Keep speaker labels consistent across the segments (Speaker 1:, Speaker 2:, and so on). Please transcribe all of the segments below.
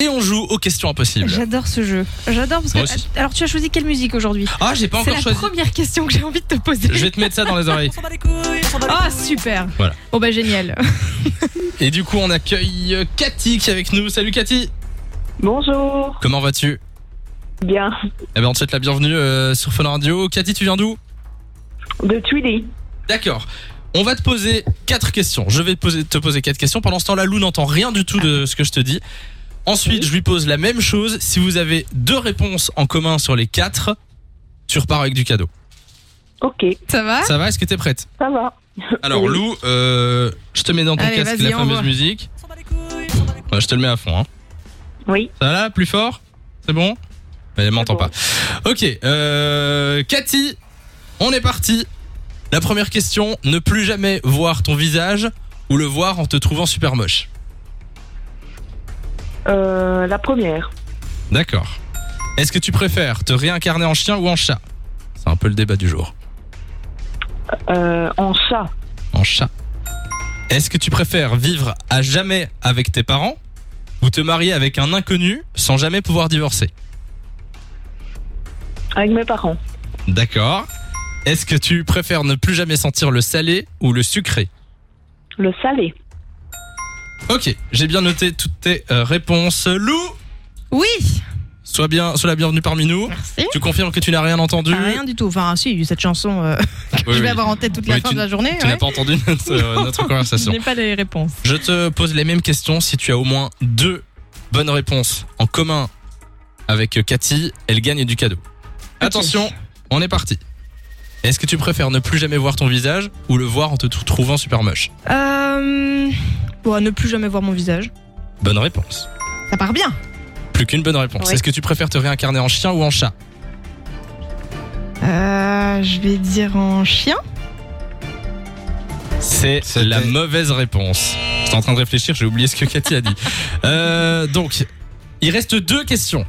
Speaker 1: Et on joue aux questions impossibles.
Speaker 2: J'adore ce jeu. J'adore parce
Speaker 1: Moi
Speaker 2: que. euh,
Speaker 1: aussi.
Speaker 2: Alors, tu as choisi quelle musique aujourd'hui
Speaker 1: Ah, j'ai pas
Speaker 2: C'est
Speaker 1: encore
Speaker 2: la
Speaker 1: choisi.
Speaker 2: première question que j'ai envie de te poser.
Speaker 1: Je vais te mettre ça dans les oreilles.
Speaker 2: Ah, super
Speaker 1: Voilà.
Speaker 2: Bon, bah, génial.
Speaker 1: Et du coup, on accueille euh, Cathy qui est avec nous. Salut Cathy.
Speaker 3: Bonjour,
Speaker 1: Comment vas-tu
Speaker 3: bien.
Speaker 1: Eh ben, on te souhaite la bienvenue euh, sur Fun Radio. Cathy, tu viens d'où
Speaker 3: De Tuileries.
Speaker 1: D'accord. On va te poser quatre questions. Je vais te poser, te poser quatre questions. Pendant ce temps-là, Lou n'entend rien du tout de ce que je te dis. Ensuite, je lui pose la même chose. Si vous avez deux réponses en commun sur les quatre, tu repars avec du cadeau.
Speaker 3: Ok,
Speaker 2: Ça va
Speaker 1: Ça va Est-ce que t'es prête
Speaker 3: ça va.
Speaker 1: Alors
Speaker 3: Oui.
Speaker 1: Lou, euh, je te mets dans ton
Speaker 2: Allez,
Speaker 1: casque
Speaker 2: vas-y,
Speaker 1: la fameuse
Speaker 2: envoie.
Speaker 1: musique. Ouais, je te le mets à fond. Hein.
Speaker 3: Oui,
Speaker 1: Ça là, plus fort C'est bon Mais elle m'entend
Speaker 3: bon.
Speaker 1: pas. Ok, euh, Cathy, on est parti. La première question, ne plus jamais voir ton visage ou le voir en te trouvant super moche.
Speaker 3: euh, la première.
Speaker 1: D'accord. Est-ce que tu préfères te réincarner en chien ou en chat C'est un peu le débat du jour.
Speaker 3: Euh, en chat,
Speaker 1: En chat. Est-ce que tu préfères vivre à jamais avec tes parents ou te marier avec un inconnu sans jamais pouvoir divorcer
Speaker 3: avec mes parents.
Speaker 1: D'accord. Est-ce que tu préfères ne plus jamais sentir le salé ou le sucré
Speaker 3: Le salé.
Speaker 1: Ok, j'ai bien noté toutes tes euh, réponses. Lou,
Speaker 2: Oui
Speaker 1: sois bien, sois la bienvenue parmi nous.
Speaker 2: Merci.
Speaker 1: Tu confirmes que tu n'as rien entendu
Speaker 2: Ah, rien du tout. Enfin, si, cette chanson, euh,
Speaker 1: Euh. Oui,
Speaker 2: je vais
Speaker 1: oui.
Speaker 2: avoir en tête toute la
Speaker 1: Oui,
Speaker 2: fin de la journée.
Speaker 1: Tu n'as
Speaker 2: ouais.
Speaker 1: pas entendu notre, euh, notre
Speaker 2: Je
Speaker 1: conversation.
Speaker 2: n'ai pas les réponses.
Speaker 1: Je te pose les mêmes questions. Si tu as au moins deux bonnes réponses en commun avec Cathy, elle gagne du cadeau. Attention, on est parti. Est-ce que tu préfères ne plus jamais voir ton visage ou le voir en te tr- trouvant super moche
Speaker 2: Euh. Bon, à ne plus jamais voir mon visage.
Speaker 1: Bonne réponse.
Speaker 2: Ça part bien.
Speaker 1: Plus qu'une bonne réponse.
Speaker 3: Oui.
Speaker 1: Est-ce que tu préfères te réincarner en chien ou en chat
Speaker 2: Euh. Je vais dire en chien.
Speaker 1: C'est
Speaker 4: C'était-
Speaker 1: la mauvaise réponse. J'étais en train de réfléchir, j'ai oublié ce que Cathy a dit. Euh, donc, il reste deux questions.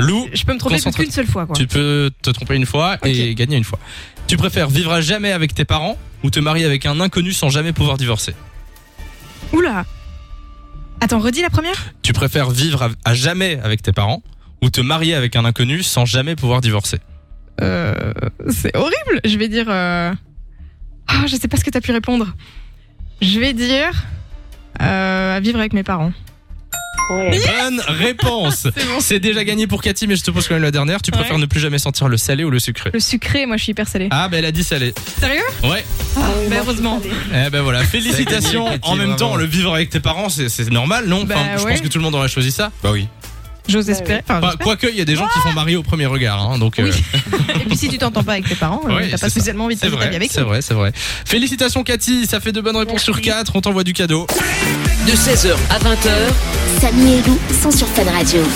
Speaker 1: Lou,
Speaker 2: Je peux me tromper plus
Speaker 1: Concentre-
Speaker 2: qu'une seule fois, quoi.
Speaker 1: tu peux te tromper une fois et gagner une fois. Tu préfères vivre à jamais avec tes parents ou te marier avec un inconnu sans jamais pouvoir divorcer
Speaker 2: Oula Attends, redis la première
Speaker 1: Tu préfères vivre à- à jamais avec tes parents ou te marier avec un inconnu sans jamais pouvoir divorcer
Speaker 2: Euh. C'est horrible Je vais dire. euh, Ah, je sais pas ce que t'as pu répondre. Je vais dire. euh, à vivre avec mes parents.
Speaker 3: Ouais.
Speaker 1: Bonne réponse C'est déjà gagné pour Cathy, mais je te pose quand même la dernière. Tu
Speaker 2: Ouais.
Speaker 1: préfères ne plus jamais sentir le salé ou le sucré
Speaker 2: Le sucré, moi je suis hyper salée.
Speaker 1: Ah, ben elle a dit salé.
Speaker 2: Sérieux
Speaker 1: Ouais.
Speaker 2: Ah,
Speaker 3: Ouais,
Speaker 2: bah,
Speaker 3: moi,
Speaker 2: heureusement.
Speaker 3: je suis salée.
Speaker 1: Eh ben voilà, félicitations.
Speaker 4: Cathy, Cathy,
Speaker 1: en même
Speaker 4: bravo.
Speaker 1: temps, le vivre avec tes parents, c'est c'est normal, non
Speaker 2: Bah
Speaker 1: Enfin, Je
Speaker 2: ouais.
Speaker 1: pense que tout le monde aurait choisi ça.
Speaker 4: Bah oui.
Speaker 2: J'ose
Speaker 3: Bah
Speaker 2: espérer. Enfin,
Speaker 1: Enfin, Quoique, il y a des gens qui font marier au premier regard, hein, donc.
Speaker 2: Oui. j'espère. Et puis si tu t'entends pas avec tes parents, euh,
Speaker 1: Ouais,
Speaker 2: t'as
Speaker 1: c'est
Speaker 2: pas spécialement envie de
Speaker 1: C'est
Speaker 2: passer ta vie
Speaker 1: vrai,
Speaker 2: avec
Speaker 1: c'est
Speaker 2: eux.
Speaker 1: vrai, c'est vrai. Félicitations Cathy, ça fait de bonnes réponses sur 4, on t'envoie du cadeau.
Speaker 5: de 16h à 20h.
Speaker 6: Samy et Lou sont sur Fan Radio.